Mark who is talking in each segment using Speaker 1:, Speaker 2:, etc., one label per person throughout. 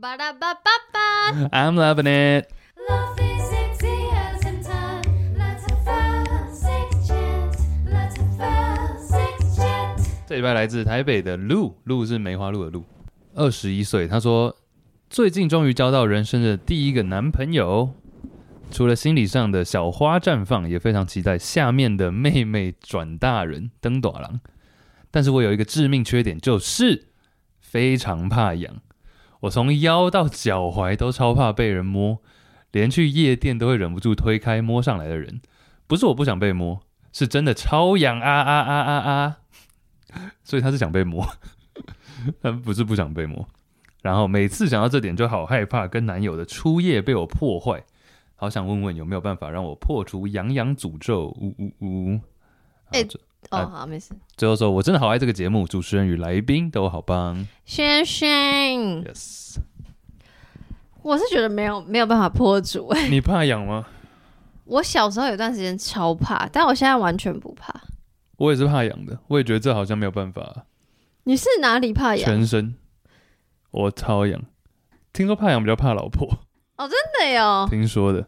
Speaker 1: 巴拉巴巴巴。
Speaker 2: I'm loving it.
Speaker 3: Love is sexy as in time. Let's have fun, sex chat. Let's have fun, sex chat.
Speaker 2: 这礼拜来自台北的鹿，鹿是梅花鹿的鹿，二十一岁。他说，最近终于交到人生的第一个男朋友，除了心理上的小花绽放，也非常期待下面的妹妹转大人登短郎。但是我有一个致命缺点，就是非常怕痒。我从腰到脚踝都超怕被人摸，连去夜店都会忍不住推开摸上来的人。不是我不想被摸，是真的超痒啊啊啊啊啊！所以他是想被摸， 他不是不想被摸。然后每次想到这点，就好害怕跟男友的初夜被我破坏，好想问问有没有办法让我破除痒痒诅咒？呜呜呜！
Speaker 1: 哎
Speaker 2: 好
Speaker 1: 哦，
Speaker 2: 啊
Speaker 1: 好，没事。
Speaker 2: 最后说，我真的好爱这个节目，主持人与来宾都好棒。
Speaker 1: 轩轩，
Speaker 2: Yes，
Speaker 1: 我是觉得没有没有办法破主。
Speaker 2: 你怕痒吗？
Speaker 1: 我小时候有段时间超怕，但我现在完全不怕。
Speaker 2: 我也是怕痒的，我也觉得这好像没有办法，
Speaker 1: 你是哪里怕痒？
Speaker 2: 全身我超痒。听说怕痒比较怕老婆，
Speaker 1: 真的哟，
Speaker 2: 听说的。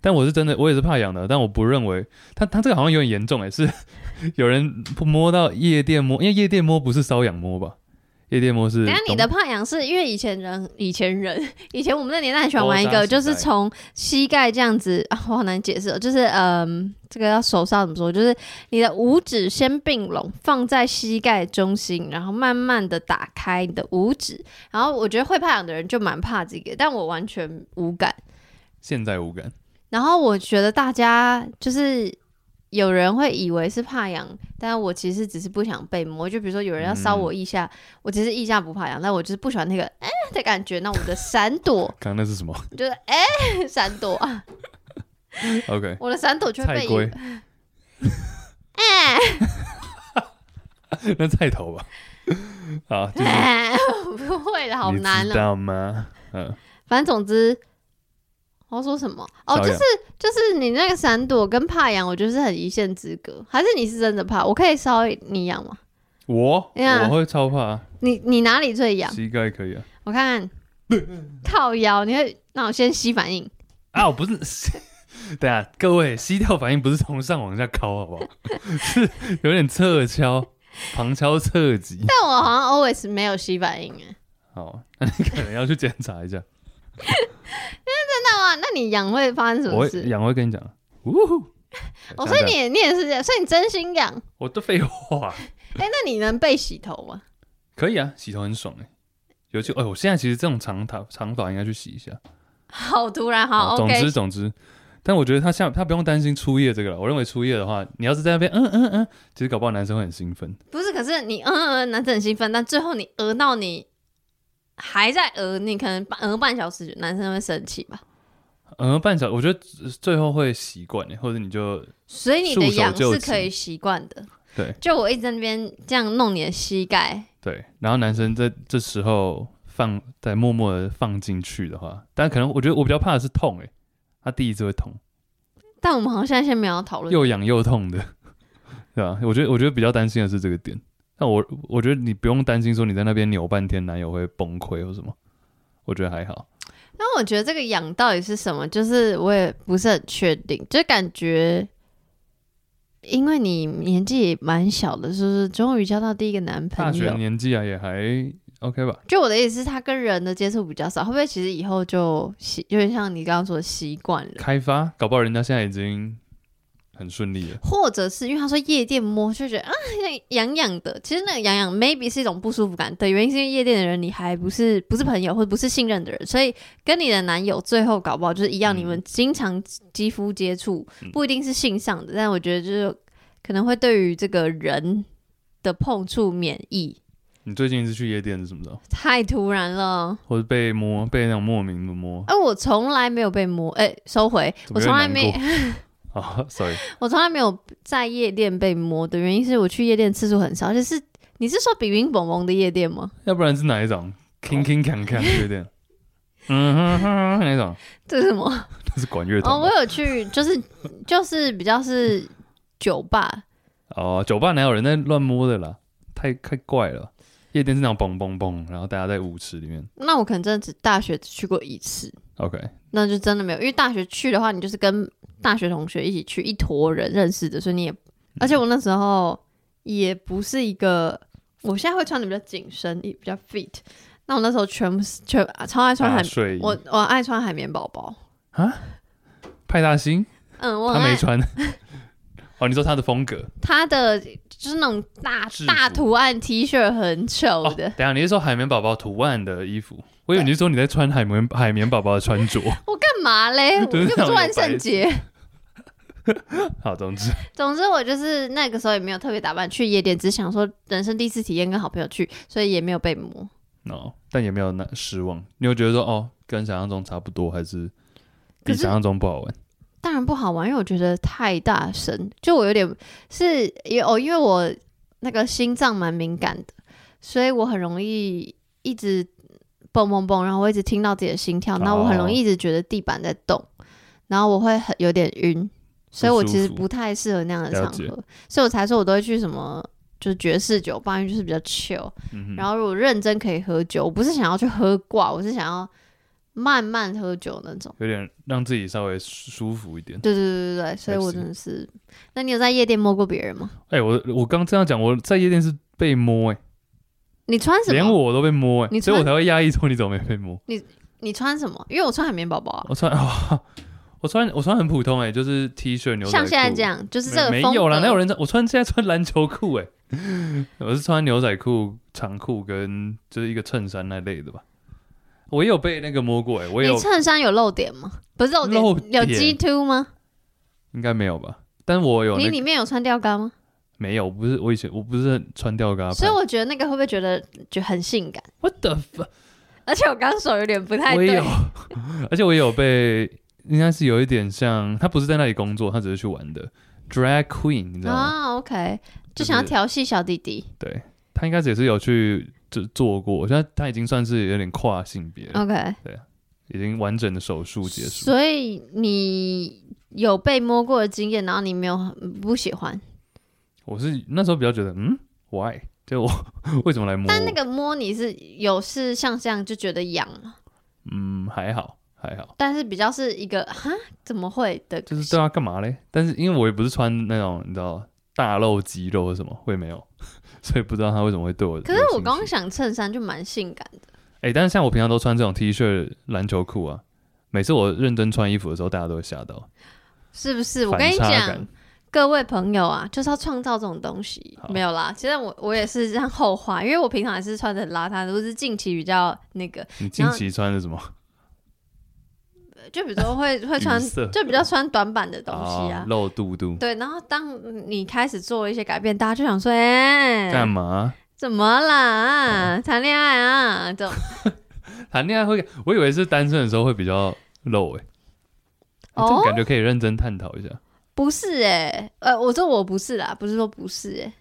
Speaker 2: 但我是真的，我也是怕痒的，但我不认为他他这个好像有点严重哎，是 有人摸到夜店摸，因为夜店摸不是瘙痒摸吧？夜店摸是
Speaker 1: 等一下你的
Speaker 2: 懂
Speaker 1: 怕痒是因为以前人， 以前人，以前我们那年代很喜欢玩一
Speaker 2: 勾搭
Speaker 1: 个，
Speaker 2: 时代
Speaker 1: 就是从膝盖这样子啊，我好难解释哦，就是嗯、这个要手上怎么说？就是你的五指先并拢，放在膝盖中心，然后慢慢的打开你的五指，然后我觉得会怕痒的人就蛮怕这个，但我完全无感。
Speaker 2: 现在无感，
Speaker 1: 然后我觉得大家就是有人会以为是怕痒，但我其实只是不想被摸。就比如说有人要烧我腋
Speaker 2: 嗯
Speaker 1: 下，我其实腋下不怕痒，但我就是不喜欢那个哎、的感觉。那我的闪躲
Speaker 2: 刚刚那是什么
Speaker 1: 就是哎、闪躲啊，
Speaker 2: ？OK，
Speaker 1: 我的闪躲就会
Speaker 2: 菜
Speaker 1: 被以为
Speaker 2: 龟，那菜头吧。 好，继续
Speaker 1: 哎，不会 的，好难
Speaker 2: 你知
Speaker 1: 哦。
Speaker 2: 道吗？嗯，
Speaker 1: 反正总之。我要说什么？哦，
Speaker 2: 瘙
Speaker 1: 就
Speaker 2: 痒
Speaker 1: 是就是你那个闪躲跟怕痒，我觉得是很一线之隔。还是你是真的怕？我可以稍微你痒吗？
Speaker 2: 我
Speaker 1: 呀
Speaker 2: 我会超怕
Speaker 1: 你你哪里最痒？
Speaker 2: 膝盖可以啊。
Speaker 1: 我看靠腰，你会那我先吸反应，
Speaker 2: 啊，我不是， 等一下各位，膝跳反应不是从上往下敲，好不 好？是有点侧敲，旁敲侧击。
Speaker 1: 但我好像 always 没有吸反应哎。
Speaker 2: 好， 那你可能要去检 查一下。
Speaker 1: 那哇，那你痒会发生什
Speaker 2: 我
Speaker 1: 么
Speaker 2: 会
Speaker 1: 事？
Speaker 2: 痒，会跟你讲。呜呼，
Speaker 1: 我、
Speaker 2: 像
Speaker 1: 哦所以
Speaker 2: 这样
Speaker 1: 你也你也是这样，所以你真心痒。
Speaker 2: 我的废话，
Speaker 1: 哎、那你能被洗头吗？
Speaker 2: 可以啊，洗头很爽哎、尤其哎，我现在其实这种长头长发应该去洗一下。
Speaker 1: 好突然，好
Speaker 2: 总之
Speaker 1: 哦 OK。
Speaker 2: 总之，但我觉得他下他不用担心初夜这个了。我认为初夜的话，你要是在那边嗯嗯嗯，其实搞不好男生会很兴奋。
Speaker 1: 不是，可是你嗯嗯嗯，男生很兴奋，但最后你呃到你还在呃，你可能半呃半小时，男生会生气吧？
Speaker 2: 嗯，半小，我觉得最后会习惯欸，或者你就
Speaker 1: 所以你的
Speaker 2: 束手
Speaker 1: 痒
Speaker 2: 就擒
Speaker 1: 是可以习惯的。
Speaker 2: 对
Speaker 1: 就我一直在那边这样弄你的膝盖，
Speaker 2: 对，然后男生在这时候放再默默的放进去的话，但可能我觉得我比较怕的是痛，哎，他第一次会痛，
Speaker 1: 但我们好像现在先没有要讨论
Speaker 2: 又痒又痛的，对吧？我觉得我觉得比较担心的是这个点。但我我觉得你不用担心说你在那边扭半天，男友会崩溃或什么，我觉得还好。
Speaker 1: 但我觉得这个痒到底是什么，就是我也不是很确定，就感觉，因为你年纪也蛮小的，是不是？终于交到第一个男
Speaker 2: 大
Speaker 1: 朋
Speaker 2: 学
Speaker 1: 友。
Speaker 2: 年纪啊，也还 OK 吧。
Speaker 1: 就我的意思是，他跟人的接触比较少，会不会其实以后就习，有点像你刚刚说的习惯了，
Speaker 2: 开发，搞不好人家现在已经很顺利了。
Speaker 1: 或者是因为他说夜店摸就觉得啊痒痒的，其实那个痒痒 maybe 是一种不舒服感的原因，是因为夜店的人你还不是不是朋友或者不是信任的人，所以跟你的男友最后搞不好就是一样，
Speaker 2: 嗯
Speaker 1: 你们经常肌肤接触
Speaker 2: 嗯，
Speaker 1: 不一定是性上的，但我觉得就是可能会对于这个人的碰触免疫，
Speaker 2: 你最近一次去夜店是什么时候？
Speaker 1: 太突然了。
Speaker 2: 或者被摸，被那种莫名的摸？
Speaker 1: 而我从来没有被摸，哎、收回，
Speaker 2: 怎
Speaker 1: 我
Speaker 2: 么有
Speaker 1: 从
Speaker 2: 点
Speaker 1: 来
Speaker 2: 难
Speaker 1: 没
Speaker 2: 过，啊，sorry，
Speaker 1: 我从来没有在夜店被摸的原因是我去夜店次数很少，而且是你是说比云蹦蹦的夜店吗？
Speaker 2: 要不然是哪一
Speaker 1: 哦
Speaker 2: 种？King King 看看有点，嗯哼哼，那种
Speaker 1: 这是什么？
Speaker 2: 那是管乐
Speaker 1: 哦，
Speaker 2: 团吧
Speaker 1: 我有去，就是就是比较是酒吧，
Speaker 2: 哦。酒吧哪有人在乱摸的啦？太太怪了。夜店是那种嘣嘣嘣，然后大家在舞池里面。
Speaker 1: 那我可能真的只大学只去过一次，
Speaker 2: OK，
Speaker 1: 那就真的没有，因为大学去的话，你就是跟大学同学一起去，一坨人认识的，所以你也，而且我那时候也不是一个，我现在会穿的比较紧身，也比较 fit。那我那时候全部是全啊超爱穿海
Speaker 2: 大，睡衣
Speaker 1: 我我爱穿海绵宝宝，
Speaker 2: 派大星
Speaker 1: 嗯，我
Speaker 2: 他
Speaker 1: 很爱
Speaker 2: 没穿。哦，你说他的风格
Speaker 1: 他的就是那种大
Speaker 2: 制服
Speaker 1: 大图案 T 恤很丑
Speaker 2: 哦，
Speaker 1: 的
Speaker 2: 等，一下你是说海绵宝宝图案的衣服？我以为你是说你在穿海绵海绵宝宝的穿着。
Speaker 1: 我干嘛嘞？我
Speaker 2: 就是
Speaker 1: 又
Speaker 2: 哦那
Speaker 1: 不
Speaker 2: 种
Speaker 1: 是
Speaker 2: 有
Speaker 1: 万
Speaker 2: 白
Speaker 1: 圣节。
Speaker 2: 好，总之
Speaker 1: 总之，我就是那个时候也没有特别打扮，去夜店只想说人生第一次体验跟好朋友去，所以也没有被摸。
Speaker 2: 哦，但也没有那失望。你有觉得说哦，跟想象中差不多，还是
Speaker 1: 可
Speaker 2: 比
Speaker 1: 是
Speaker 2: 想象中不好玩？
Speaker 1: 当然不好玩，因为我觉得太大声，就我有点是也哦，因为我那个心脏蛮敏感的，所以我很容易一直蹦蹦蹦，然后我一直听到自己的心跳，
Speaker 2: 哦
Speaker 1: 那、我很容易一直觉得地板在动，然后我会很有点晕，所以我其实
Speaker 2: 不舒服
Speaker 1: 不太适合那样的场
Speaker 2: 了解
Speaker 1: 合，所以我才说我都会去什么。就是爵士酒吧，因为就是比较 chill，、
Speaker 2: 嗯哼
Speaker 1: 然后如果认真可以喝酒，我不是想要去喝挂，我是想要慢慢喝酒那种。
Speaker 2: 有点让自己稍微舒服一点。
Speaker 1: 对对对对对，所以我真的是。那你有在夜店摸过别人吗？
Speaker 2: 哎、我我刚这样讲，我在夜店是被摸、哎，
Speaker 1: 你穿什
Speaker 2: 连
Speaker 1: 么？
Speaker 2: 我都被摸、哎，
Speaker 1: 你
Speaker 2: 所以
Speaker 1: 穿
Speaker 2: 我才会压抑说你怎么没被摸。
Speaker 1: 你穿什么？因为我穿海绵宝宝啊，
Speaker 2: 我穿、哦，我穿我穿很普通、哎，就是 T 恤牛仔
Speaker 1: 像
Speaker 2: 裤
Speaker 1: 现在这，样，就是这个
Speaker 2: 没
Speaker 1: 风
Speaker 2: 没有啦，
Speaker 1: 格
Speaker 2: 哪有人穿？我穿现在穿篮球裤、哎，我是穿牛仔裤、长裤跟就是一个衬衫那类的吧。我也有被那个摸过、哎，我也有
Speaker 1: 你衬衫有露点吗？不是露点，
Speaker 2: 露点
Speaker 1: 有 G two 吗？
Speaker 2: 应该没有吧？但我有那
Speaker 1: 你
Speaker 2: 个
Speaker 1: 里面有穿吊嘎吗？
Speaker 2: 没有，不是我以前我不是很穿吊嘎派，
Speaker 1: 所以我觉得那个会不会觉得就很性感？
Speaker 2: what the fuck，
Speaker 1: 而且我刚手有点不太
Speaker 2: 我也
Speaker 1: 哎对
Speaker 2: 有， 而且我也有被，应该是有一点像他不是在那里工作，他只是去玩的 drag queen，你知道吗？
Speaker 1: 啊。OK，就
Speaker 2: 就
Speaker 1: 是想要调戏小弟弟。
Speaker 2: 对他应该也是有去就做过，现在他已经算是有点跨性别了，
Speaker 1: OK，
Speaker 2: 已经完整的手术结束。
Speaker 1: 所以你有被摸过的经验，然后你没有不喜欢，
Speaker 2: 我是那时候比较觉得，嗯，why？就我为什么来摸我？
Speaker 1: 但那个摸你是有是像这样就觉得痒吗？
Speaker 2: 嗯，还好还好。
Speaker 1: 但是比较是一个哈怎么会的，
Speaker 2: 就是对啊，干嘛嘞？但是因为我也不是穿那种你知道大露肌肉或什么，我也没有， 所以不知道他为什么会对我有兴趣。
Speaker 1: 可是我刚刚想衬衫就蛮性感的，
Speaker 2: 哎、但是像我平常都穿这种 T 恤、篮球裤啊，每次我认真穿衣服的时候，大家都会吓到。
Speaker 1: 是不是？我
Speaker 2: 反
Speaker 1: 跟你
Speaker 2: 差
Speaker 1: 讲
Speaker 2: 感，
Speaker 1: 各位朋友啊，就是要创造这种东西
Speaker 2: 好。
Speaker 1: 没有啦，其实我我也是这样后话，因为我平常也是穿的很邋遢，都是近期比较那个，
Speaker 2: 你近期穿的什么？
Speaker 1: 就比如说 会会穿，
Speaker 2: 语塞
Speaker 1: 就比较穿短版的东西
Speaker 2: 哦
Speaker 1: 啊。
Speaker 2: 露肚肚，
Speaker 1: 对，然后当你开始做一些改变，大家就想说，哎、
Speaker 2: 干嘛？
Speaker 1: 怎么啦？谈恋爱啊？这种
Speaker 2: 谈恋爱会？我以为是单身的时候会比较露诶、欸
Speaker 1: 哦
Speaker 2: 这个感觉可以认真探讨一下。
Speaker 1: 不是哎、呃，我说我不是啦，不是说不是哎、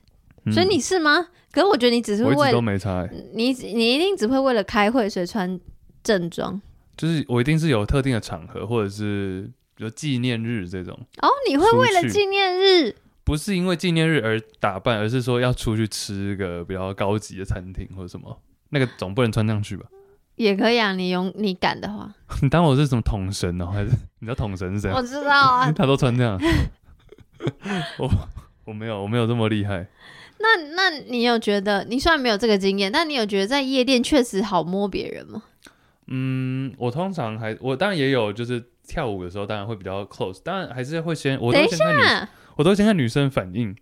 Speaker 2: 嗯
Speaker 1: 所以你是吗？可是我觉得你只是
Speaker 2: 我一
Speaker 1: 为
Speaker 2: 直都
Speaker 1: 了
Speaker 2: 没差、欸，
Speaker 1: 你，你一定只会为了开会所以穿正装
Speaker 2: 就是我一定是有特定的场合，或者是比如纪念日这种。
Speaker 1: 哦。你会为
Speaker 2: 出
Speaker 1: 了
Speaker 2: 去
Speaker 1: 纪念日
Speaker 2: 不是因为纪念日而打扮，而是说要出去吃个比较高级的餐厅或者什么，那个总不能穿上去吧？
Speaker 1: 也可以啊，你勇你敢的话，
Speaker 2: 你当我是什么统神哦、还是 你知道统神是谁？
Speaker 1: 我知道 啊。
Speaker 2: 他都穿这样，我我没有我没有这么厉害，
Speaker 1: 那那你有觉得你虽然没有这个经验，但你有觉得在夜店确实好摸别人吗？
Speaker 2: 嗯，我通常还我当然也有就是跳舞的时候，当然会比较 close，当然还是会先我都
Speaker 1: 等
Speaker 2: 会
Speaker 1: 一
Speaker 2: 先看女
Speaker 1: 下，
Speaker 2: 我都会先看女生反应，
Speaker 1: 啊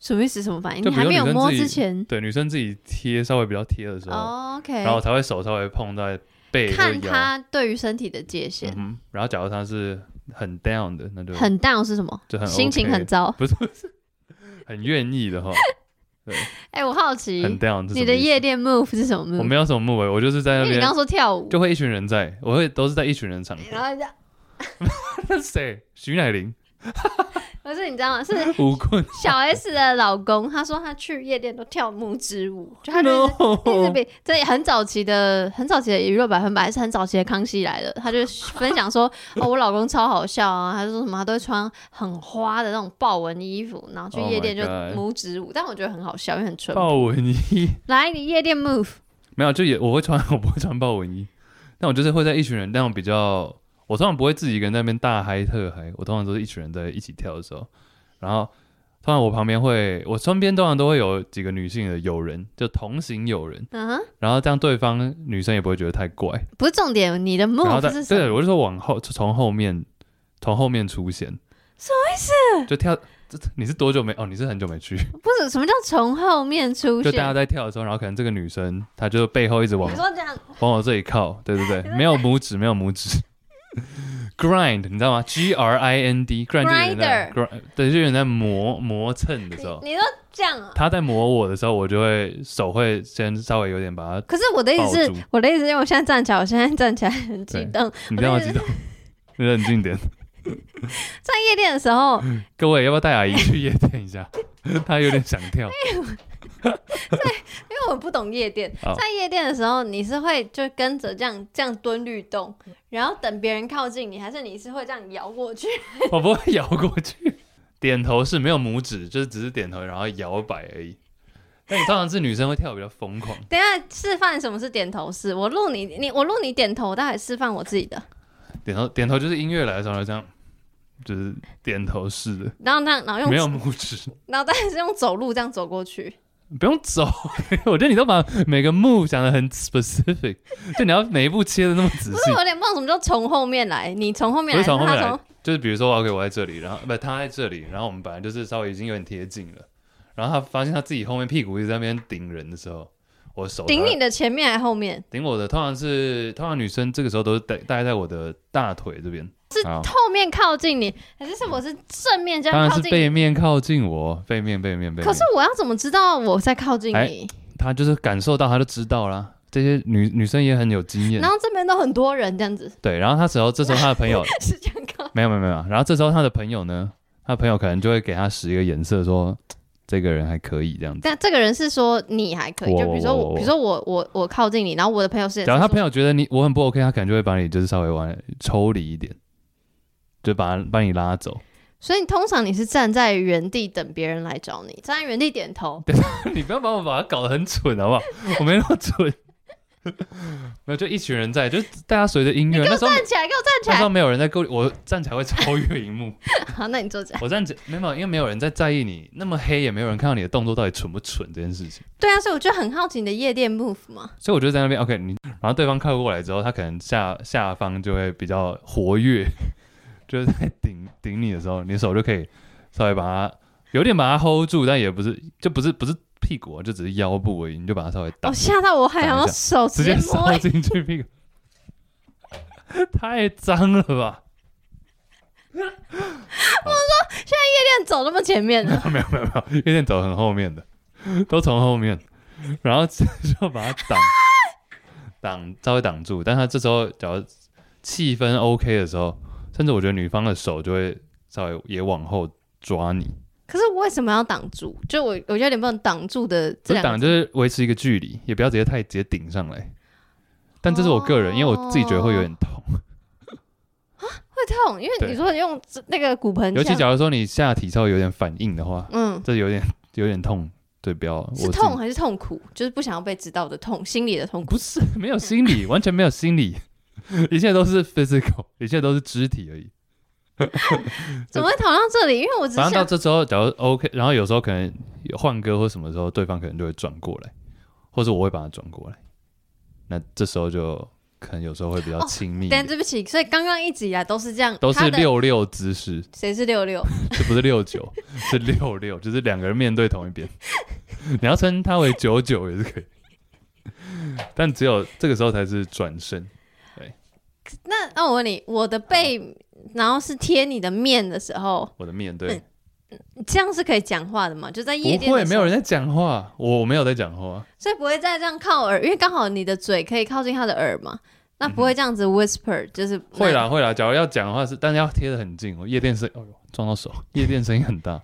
Speaker 1: 什么意思？什么反应？
Speaker 2: 就
Speaker 1: 你
Speaker 2: 比如
Speaker 1: 还没有
Speaker 2: 女生
Speaker 1: 摸
Speaker 2: 自己
Speaker 1: 之前
Speaker 2: 对女生自己贴稍微比较贴的时候，
Speaker 1: 哦，OK，
Speaker 2: 然后才会手稍微碰在背或
Speaker 1: 看
Speaker 2: 腰。
Speaker 1: 他对于身体的界限。
Speaker 2: 嗯哼，然后假如他是很 down 的，那就
Speaker 1: 很 down 是什么？
Speaker 2: 就很
Speaker 1: 心情
Speaker 2: OK
Speaker 1: 很糟。
Speaker 2: 不是不是 很愿意的话，
Speaker 1: 哎、我好奇
Speaker 2: 很 down 是什么意思。
Speaker 1: 你的夜店 move 是什么 move？
Speaker 2: 我没有什么目为，我就是在
Speaker 1: 因
Speaker 2: 那
Speaker 1: 为你
Speaker 2: 边
Speaker 1: 刚刚说跳舞，
Speaker 2: 就会一群人在，我会都是在一群人场合。
Speaker 1: 然后就
Speaker 2: 那是谁？徐乃麟，
Speaker 1: 不是你知道吗？是
Speaker 2: 舞棍
Speaker 1: 小 S 的老公，他说他去夜店都跳木之舞，就他就是一直
Speaker 2: ，no，
Speaker 1: 比这很早期的、很早期的娱乐百分百，还是很早期的《康熙来了》，他就分享说，哦，我老公超好笑啊，他就说什么他都会穿很花的那种豹纹衣服，然后去
Speaker 2: Oh
Speaker 1: 夜店就
Speaker 2: my God
Speaker 1: 拇指舞，但我觉得很好笑，因为很纯。
Speaker 2: 豹纹衣
Speaker 1: 来，你夜店 move，
Speaker 2: 没有，就也我会穿，我不会穿豹纹衣，但我就是会在一群人那种比较，我通常不会自己一个人在那边大嗨特嗨，我通常都是一群人在一起跳的时候，然后通常我旁边会，我身边通常都会有几个女性的友人，就同行友人，
Speaker 1: 嗯哼，
Speaker 2: 然后这样对方女生也不会觉得太怪，
Speaker 1: 不是重点，你的
Speaker 2: 然后
Speaker 1: move
Speaker 2: 但
Speaker 1: 是什
Speaker 2: 对，
Speaker 1: 么？
Speaker 2: 我就说往后从后面从后面出现，
Speaker 1: 什
Speaker 2: 么意思？就跳，这这你是多久没？哦，你是很久没去，
Speaker 1: 不是什么叫从后面出
Speaker 2: 就大家
Speaker 1: 现？
Speaker 2: 在跳的时候，然后可能这个女生她就背后一直往
Speaker 1: 你说这样，
Speaker 2: 往我这里靠，对对对，没有拇指，没有拇指。grind，你知道吗？G R I N D，grind 就是有人在
Speaker 1: Grinder
Speaker 2: grind，对，就是有人在磨磨蹭的时候，
Speaker 1: 你你说这样啊？
Speaker 2: 他在磨我的时候，我就会手会先稍微有点把它，
Speaker 1: 可是我的意思
Speaker 2: 抱住
Speaker 1: 哎是，我的意思是因为我现在站起来，我现在站起来很激
Speaker 2: 对
Speaker 1: 动。
Speaker 2: 你让我激动， 你冷静点。
Speaker 1: 在夜店的时候，
Speaker 2: 各位要不要带阿姨去夜店一下？ 她有点想跳，
Speaker 1: 因为我不懂夜店，
Speaker 2: 哦
Speaker 1: 在夜店的时候，你是会就跟着这样这样蹲律动，然后等别人靠近你，还是你是会这样摇过去？
Speaker 2: 我不会摇过去。点头是没有拇指，就是只是点头，然后摇摆而已。但你通常是女生会跳得比较疯狂，
Speaker 1: 等一下示范什么是点头式，我录你你我录你点头，我待会示范我自己的，
Speaker 2: 点头点头就是音乐来的时候这样，就是点头式的。
Speaker 1: 然后那样然后用
Speaker 2: 没有拇指，
Speaker 1: 然后当然是用走路这样走过去，
Speaker 2: 不用走。 我觉得你都把每个 move 讲的很 specific，就你要每一步切的那么仔
Speaker 1: 不
Speaker 2: 细
Speaker 1: 是我。有点忘什么叫从后面来，你从后面
Speaker 2: 不
Speaker 1: 来，
Speaker 2: 是从后面
Speaker 1: 他
Speaker 2: 来，就是比如说，OK，我在这里，然后不，他在这里，然后我们本来就是稍微已经有点贴近了，然后他发现他自己后面屁股一直在那边顶人的时候，我手
Speaker 1: 顶
Speaker 2: 他
Speaker 1: 你的前面还是后面？
Speaker 2: 顶我的，通常是通常女生这个时候都是待待在我的大腿这边，
Speaker 1: 是
Speaker 2: 好
Speaker 1: 后面靠近你，还是是我是正面这样
Speaker 2: 当然
Speaker 1: 靠
Speaker 2: 是
Speaker 1: 近
Speaker 2: 背
Speaker 1: 你？
Speaker 2: 面靠近我，背面背面背面。
Speaker 1: 可是我要怎么知道我在靠近
Speaker 2: 哎
Speaker 1: 你？
Speaker 2: 他就是感受到，他就知道啦。这些女女生也很有经验
Speaker 1: 然，后这边都很多人这样子，
Speaker 2: 对。然后他时候这时候他的朋友
Speaker 1: 是这样靠。
Speaker 2: 没有没有没有，然后这时候他的朋友呢，他朋友可能就会给他使一个眼色说，这个人还可以这样子。
Speaker 1: 但这个人是说你还可以，
Speaker 2: 我
Speaker 1: 就比如说
Speaker 2: 我
Speaker 1: 我，
Speaker 2: 我
Speaker 1: 比如说我，我我靠近你，然后我的朋友是，
Speaker 2: 然后他朋友觉得你我很不 OK，他可能就会把你就是稍微往抽离一点，就把把你拉走。
Speaker 1: 所以通常你是站在原地等别人来找你，站在原地点头。
Speaker 2: 你不要把我把他搞得很蠢好不好？我没那么蠢。 没有，就一群人在，就是大家随着音乐，那时候
Speaker 1: 站起来，给我
Speaker 2: 那
Speaker 1: 站
Speaker 2: 时
Speaker 1: 起
Speaker 2: 候没有人在勾，我站起来会超越荧幕。
Speaker 1: 来！ 好，那你坐这样。
Speaker 2: 我站起没有，因为没有人在在意你那么黑，也没有人看到你的动作到底蠢不蠢这件事情。
Speaker 1: 对啊，所以我就很好奇你的夜店 move 嘛。
Speaker 2: 所以我就在那边 OK，你然后对方靠过来之后，他可能下下方就会比较活跃， 就是在顶顶你的时候，你的手就可以稍微把它有点把它 hold 住，但也不是就不是不是屁股啊，就只是腰部而已，你就把它稍微
Speaker 1: 我
Speaker 2: 挡，
Speaker 1: 哦吓到我，还想要
Speaker 2: 挡一
Speaker 1: 手
Speaker 2: 直
Speaker 1: 直接
Speaker 2: 接
Speaker 1: 摸
Speaker 2: 烧进去屁股，太脏了吧？
Speaker 1: 店走那么前面 了，
Speaker 2: 没有没有没有，有点走很后面的， 都从后面，然后就把它挡挡稍微挡住。但他这时候只要气氛 OK 的时候，甚至我觉得女方的手就会稍微也往后抓你，
Speaker 1: 可是我为什么要挡住？就我，我有点不能挡住的这
Speaker 2: 就
Speaker 1: 两
Speaker 2: 挡就是维持一个距离，也不要直接太直接顶上来。但这是我个人，
Speaker 1: 哦
Speaker 2: 因为我自己觉得会有点痛，
Speaker 1: 会痛，因为
Speaker 2: 对
Speaker 1: 你说用这那个骨盆
Speaker 2: 尤其
Speaker 1: 腔，
Speaker 2: 假如说你下体稍微有点反应的话，
Speaker 1: 嗯，
Speaker 2: 这有点有点痛，对，不要
Speaker 1: 是
Speaker 2: 我自己
Speaker 1: 痛还是痛苦？就是不想要被知道的痛，心里的痛苦。
Speaker 2: 不是，没有心 理，完全没有心理，一切都是 physical，一切都是肢体而已。
Speaker 1: 怎么会讨论到这里？因为我只是
Speaker 2: 反正到
Speaker 1: 想，
Speaker 2: 这时候，假如 OK，然后有时候可能换歌或什么时候，对方可能就会转过来，或者我会把他转过来。那这时候就可能有时候会比较
Speaker 1: 哦
Speaker 2: 亲密一点、
Speaker 1: 但对不起，所以刚刚一直以来都是这样，
Speaker 2: 都是
Speaker 1: 他的，
Speaker 2: 六六姿势，
Speaker 1: 谁是六六？
Speaker 2: 这不是六 九，是六六，就是两个人面对同一边。你要称他为九九也是可以，但只有这个时候才是转身。
Speaker 1: 那那我问你，我的背，然后是贴你的面的时候，
Speaker 2: 我的面对。
Speaker 1: 这样是可以讲话的吗？就在夜
Speaker 2: 不
Speaker 1: 店
Speaker 2: 会，
Speaker 1: 的
Speaker 2: 没
Speaker 1: 时
Speaker 2: 有
Speaker 1: 候，
Speaker 2: 人在讲话，我我没有在讲话，
Speaker 1: 所以不会再这样靠耳，因为刚好你的嘴可以靠近他的耳嘛。那不会这样子 whisper，就是
Speaker 2: 嗯会啦会啦，假如要讲的话是，但是要贴得很近。我夜店声，哎呦，撞到手，夜店声音很大。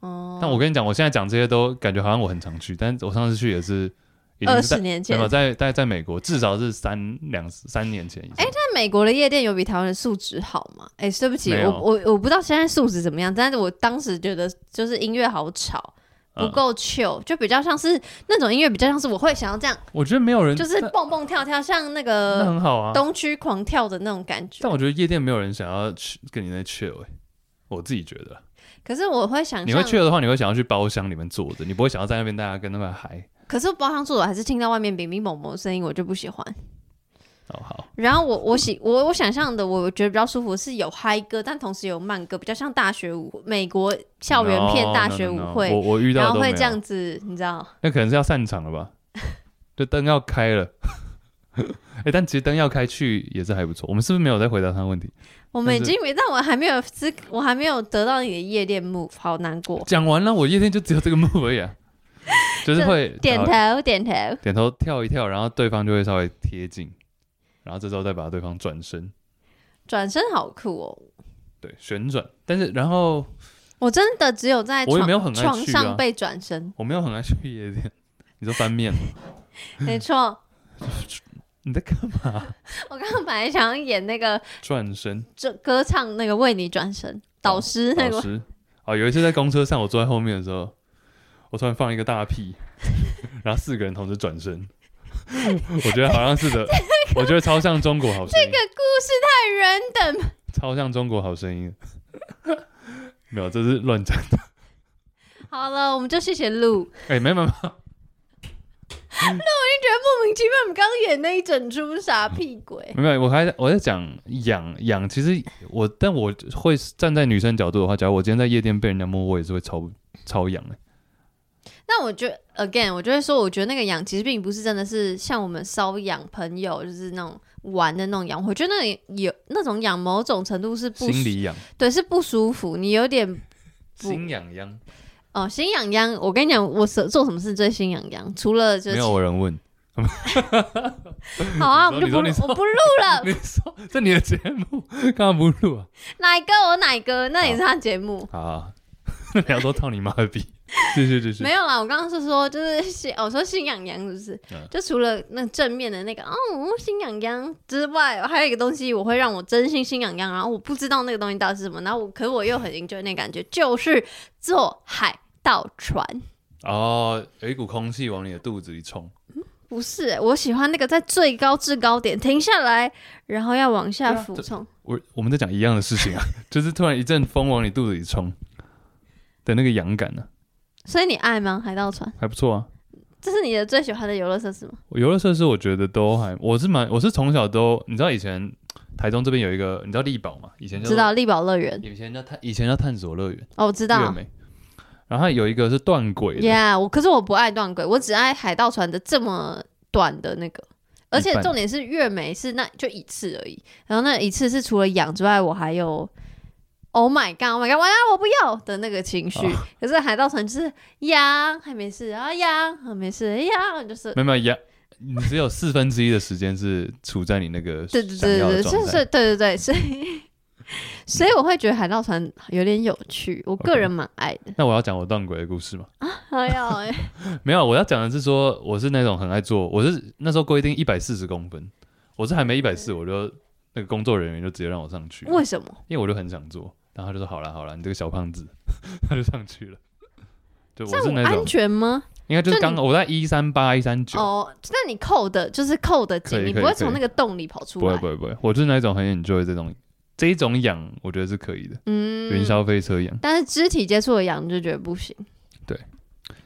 Speaker 1: 哦。
Speaker 2: 但我跟你讲，我现在讲这些都感觉好像我很常去，但我上次去也是已经
Speaker 1: 二
Speaker 2: 是在
Speaker 1: 十年
Speaker 2: 没
Speaker 1: 前
Speaker 2: 有，在在在美国至少是三两三年前以上。
Speaker 1: 那美国的夜店有比台湾的素质好吗？哎、对不起，
Speaker 2: 没
Speaker 1: 我
Speaker 2: 有
Speaker 1: 我我不知道现在素质怎么样，但是我当时觉得就是音乐好吵，不
Speaker 2: 嗯
Speaker 1: 够 chill，、就比较像是那种音乐，比较像是我会想要这样，
Speaker 2: 我觉得没有人
Speaker 1: 就是
Speaker 2: 那
Speaker 1: 蹦蹦跳跳，像那
Speaker 2: 那
Speaker 1: 个
Speaker 2: 很好啊。
Speaker 1: 东区狂跳的那种感觉
Speaker 2: 但。我觉得夜店没有人想要去跟你那 chill，、欸、我自己觉得。
Speaker 1: 可是我会想
Speaker 2: 你会
Speaker 1: 象，
Speaker 2: chill 的话，你会想要去包厢里面坐着，你不会想要在那边大家跟他们嗨。
Speaker 1: 可是包厢坐我还是听到外面乒乒乓乓的声音，我就不喜欢。
Speaker 2: 哦，好，
Speaker 1: 然后我我喜我我想象的，我觉得比较舒服是有嗨歌，但同时有慢歌，比较像大学舞，美国校园片
Speaker 2: No,
Speaker 1: 大
Speaker 2: no,
Speaker 1: 学
Speaker 2: no,
Speaker 1: 舞
Speaker 2: no.
Speaker 1: 会
Speaker 2: 我我遇
Speaker 1: 然
Speaker 2: 到的
Speaker 1: 后
Speaker 2: 都没
Speaker 1: 会
Speaker 2: 有
Speaker 1: 这样，子，你知道。
Speaker 2: 那可能是要散场了吧？就灯要开了。 哎、但其实灯要开去也是还不错。我们是不是没有在回答他的问题？
Speaker 1: 我们已
Speaker 2: 但是
Speaker 1: 经没，但我还没有资，我还没有得到你的夜店 move，好难过。
Speaker 2: 讲完了，我夜天就只有这个 move 而已、啊，就是会
Speaker 1: 点
Speaker 2: 好
Speaker 1: 头，点头。
Speaker 2: 点头跳一跳，然后对方就会稍微贴近，然后这时候再把对方转身，
Speaker 1: 转身好酷哦！
Speaker 2: 对，旋转。但是然后
Speaker 1: 我真的只有在
Speaker 2: 我也
Speaker 1: 床
Speaker 2: 没有很爱去啊
Speaker 1: 床上被转 身，
Speaker 2: 我没有很爱去夜店， 你说翻面，
Speaker 1: 没错。
Speaker 2: 你在干嘛？
Speaker 1: 我刚刚本来想要演那个
Speaker 2: 转身，
Speaker 1: 这歌唱那个为你转身导师 那
Speaker 2: 老
Speaker 1: 个，
Speaker 2: 师。哦，有一次在公车上，我坐在后面的时候，我突然放一个大屁， 然后四个人同时转身，我觉得好像 是的，我觉得超像中国好声音，
Speaker 1: 太人等。
Speaker 2: 超像中国好声音。 没有，这是乱讲的。
Speaker 1: 好了，我们就谢谢路。
Speaker 2: 哎、没没没，
Speaker 1: 莫名其妙，我们刚刚演那一整出傻屁鬼。
Speaker 2: 没有，我还我在讲痒痒，其实我但我会站在女生角度的话，假如我今天在夜店被人家摸，我也是会超超痒的、
Speaker 1: 那我觉得，again，我就会说，我觉得那个痒其实并不是真的是像我们瘙痒朋友，就是那种玩的那种痒。我觉得那个有那种痒，某种程度是不
Speaker 2: 心
Speaker 1: 舒
Speaker 2: 里痒，
Speaker 1: 对是不舒服，你有点不
Speaker 2: 心痒痒。
Speaker 1: 哦心痒痒。我跟你讲，我是做什么事最心痒痒？除了就
Speaker 2: 没
Speaker 1: 是
Speaker 2: 有人问，
Speaker 1: 好啊，我
Speaker 2: 你
Speaker 1: 们就不
Speaker 2: 说
Speaker 1: 录
Speaker 2: 你说
Speaker 1: 我不录了。
Speaker 2: 你说这你的节目干嘛不录啊？
Speaker 1: 哪一个我哪一个，那也是他节目。
Speaker 2: 好啊， 那你要说操你妈的逼，继续继续
Speaker 1: 没。有啦，我刚刚是说就是心，我说心痒痒是不是？
Speaker 2: 嗯
Speaker 1: 就除了那正面的那个哦心痒痒之外，还有一个东西我会让我真心心痒痒，然后我不知道那个东西到底是什么，然后我可我又很 enjoy 那感觉，就是坐海盗船。
Speaker 2: 哦，有一股空气往你的肚子里冲，
Speaker 1: 不是欸、我喜欢那个在最高制高点停下来，然后要往下
Speaker 2: 对啊
Speaker 1: 俯
Speaker 2: 这
Speaker 1: 冲。
Speaker 2: 我我们在讲一样的事情啊， 就是突然一阵风往你肚子里冲的那个痒感呢、
Speaker 1: 所以你爱吗？海盗船，
Speaker 2: 还不错啊。
Speaker 1: 这是你的最喜欢的游乐设施吗？
Speaker 2: 我游乐设施我觉得都还，我是蛮，我是从小都，你知道以前台中这边有一个，你知道力宝嘛？以前叫做
Speaker 1: 知，道力宝乐园
Speaker 2: 以前叫探，以前叫探索乐园，
Speaker 1: 哦，我知
Speaker 2: 乐
Speaker 1: 道。
Speaker 2: 美，然后它有一个是断轨的，
Speaker 1: Yeah，我可是我不爱断轨，我只爱海盗船的这么短的那个。而且
Speaker 2: 一半啊
Speaker 1: 重点是月美是那就一次而已，然后那一次是除了痒之外，我还有 Oh my God，Oh my God，完了我不要的那个情绪。
Speaker 2: 哦
Speaker 1: 可是海盗船就是痒还没事啊痒还没事痒，就是
Speaker 2: 没有没有，呀你只有四分之一的时间是处在你那个
Speaker 1: 对对
Speaker 2: 想
Speaker 1: 对
Speaker 2: 要的
Speaker 1: 对对，
Speaker 2: 状
Speaker 1: 是
Speaker 2: 态
Speaker 1: 是，对对对，所以所以我会觉得海盗船有点有趣，我个
Speaker 2: OK
Speaker 1: 人蛮爱的。
Speaker 2: 那我要讲我断轨的故事吗？
Speaker 1: 哎呀，哎
Speaker 2: 没有，我要讲的是说，我是那种很爱做，我是那时候规定一百四十公分，我是还没一百四，我就那个工作人员就直接让我上去，
Speaker 1: 嗯为什么？
Speaker 2: 因为我就很想做，然后他就说好了好了，你这个小胖子， 他就上去了。对，
Speaker 1: 这
Speaker 2: 我是
Speaker 1: 样
Speaker 2: 那
Speaker 1: 我安
Speaker 2: 种
Speaker 1: 全吗？
Speaker 2: 应该就是
Speaker 1: 就
Speaker 2: 刚好我在一三八一三九，
Speaker 1: 哦，那你扣的就是扣的
Speaker 2: 可
Speaker 1: 紧，
Speaker 2: 以
Speaker 1: 你不
Speaker 2: 可以
Speaker 1: 会
Speaker 2: 可以
Speaker 1: 从那个洞里跑
Speaker 2: 不
Speaker 1: 出
Speaker 2: 会
Speaker 1: 来。
Speaker 2: 不会不会，我就是那种很 enjoy 这种这一种痒，我觉得是可以的，
Speaker 1: 嗯
Speaker 2: 云霄飞车痒。
Speaker 1: 但是肢体接触的痒你就觉得不行。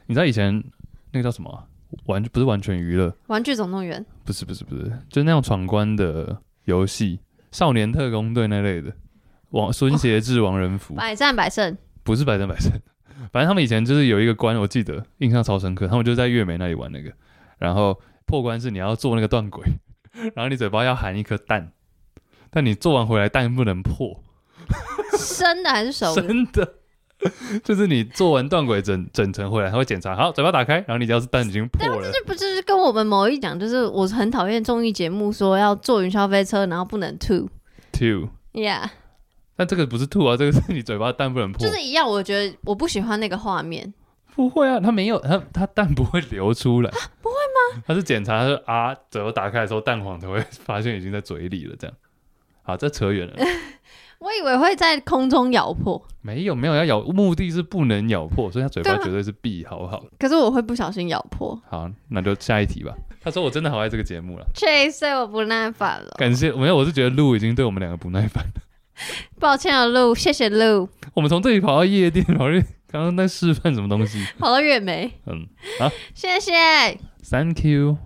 Speaker 2: 你知道以前那个叫什么、啊？完不是完全娱乐，
Speaker 1: 玩具总动员
Speaker 2: 不是不是不是，就是那种闯关的游戏，少年特工队那类的，王孙协志、王仁甫，
Speaker 1: 百战百胜，
Speaker 2: 不是百战百胜，反正他们以前就是有一个关，我记得印象超深刻，他们就在月美那里玩那个，然后破关是你要做那个断轨， 然后你嘴巴要含一颗蛋，但你做完回来蛋不能破，
Speaker 1: 生的还是熟的？
Speaker 2: 真的。就是你做完断轨整整层回来，他会检查，好，嘴巴打开，然后你只要是蛋已经破了，
Speaker 1: 这不就是跟我们某一讲，就是我很讨厌综艺节目说要坐云霄飞车，然后不能吐
Speaker 2: two，
Speaker 1: ，Yeah，
Speaker 2: 但这个不是吐啊，这个是你嘴巴蛋不能破，
Speaker 1: 就是一样。我觉得我不喜欢那个画面，
Speaker 2: 不会啊，它没有，它它蛋不会流出来，啊不会吗？它是检查它是啊，嘴巴打开的时候蛋黄才会发现已经在嘴里了，这样。好，这扯远了，
Speaker 1: 我以为会在空中咬破，
Speaker 2: 没有没有要咬，目的是不能咬破，所以它嘴巴
Speaker 1: 对啊
Speaker 2: 绝对是闭好好。
Speaker 1: 可是我会不小心咬破。
Speaker 2: 好，那就下一题吧。他说我真的好爱这个节目了，
Speaker 1: 这一岁我不耐烦了，
Speaker 2: 感谢没有，我是觉得路已经对我们两个不耐烦了。
Speaker 1: 抱歉啊，露，谢谢露，
Speaker 2: 我们从这里跑到夜店，跑去刚刚在示范什么东西。
Speaker 1: 跑到月眉，
Speaker 2: 嗯
Speaker 1: 谢谢。
Speaker 2: ，Thank you。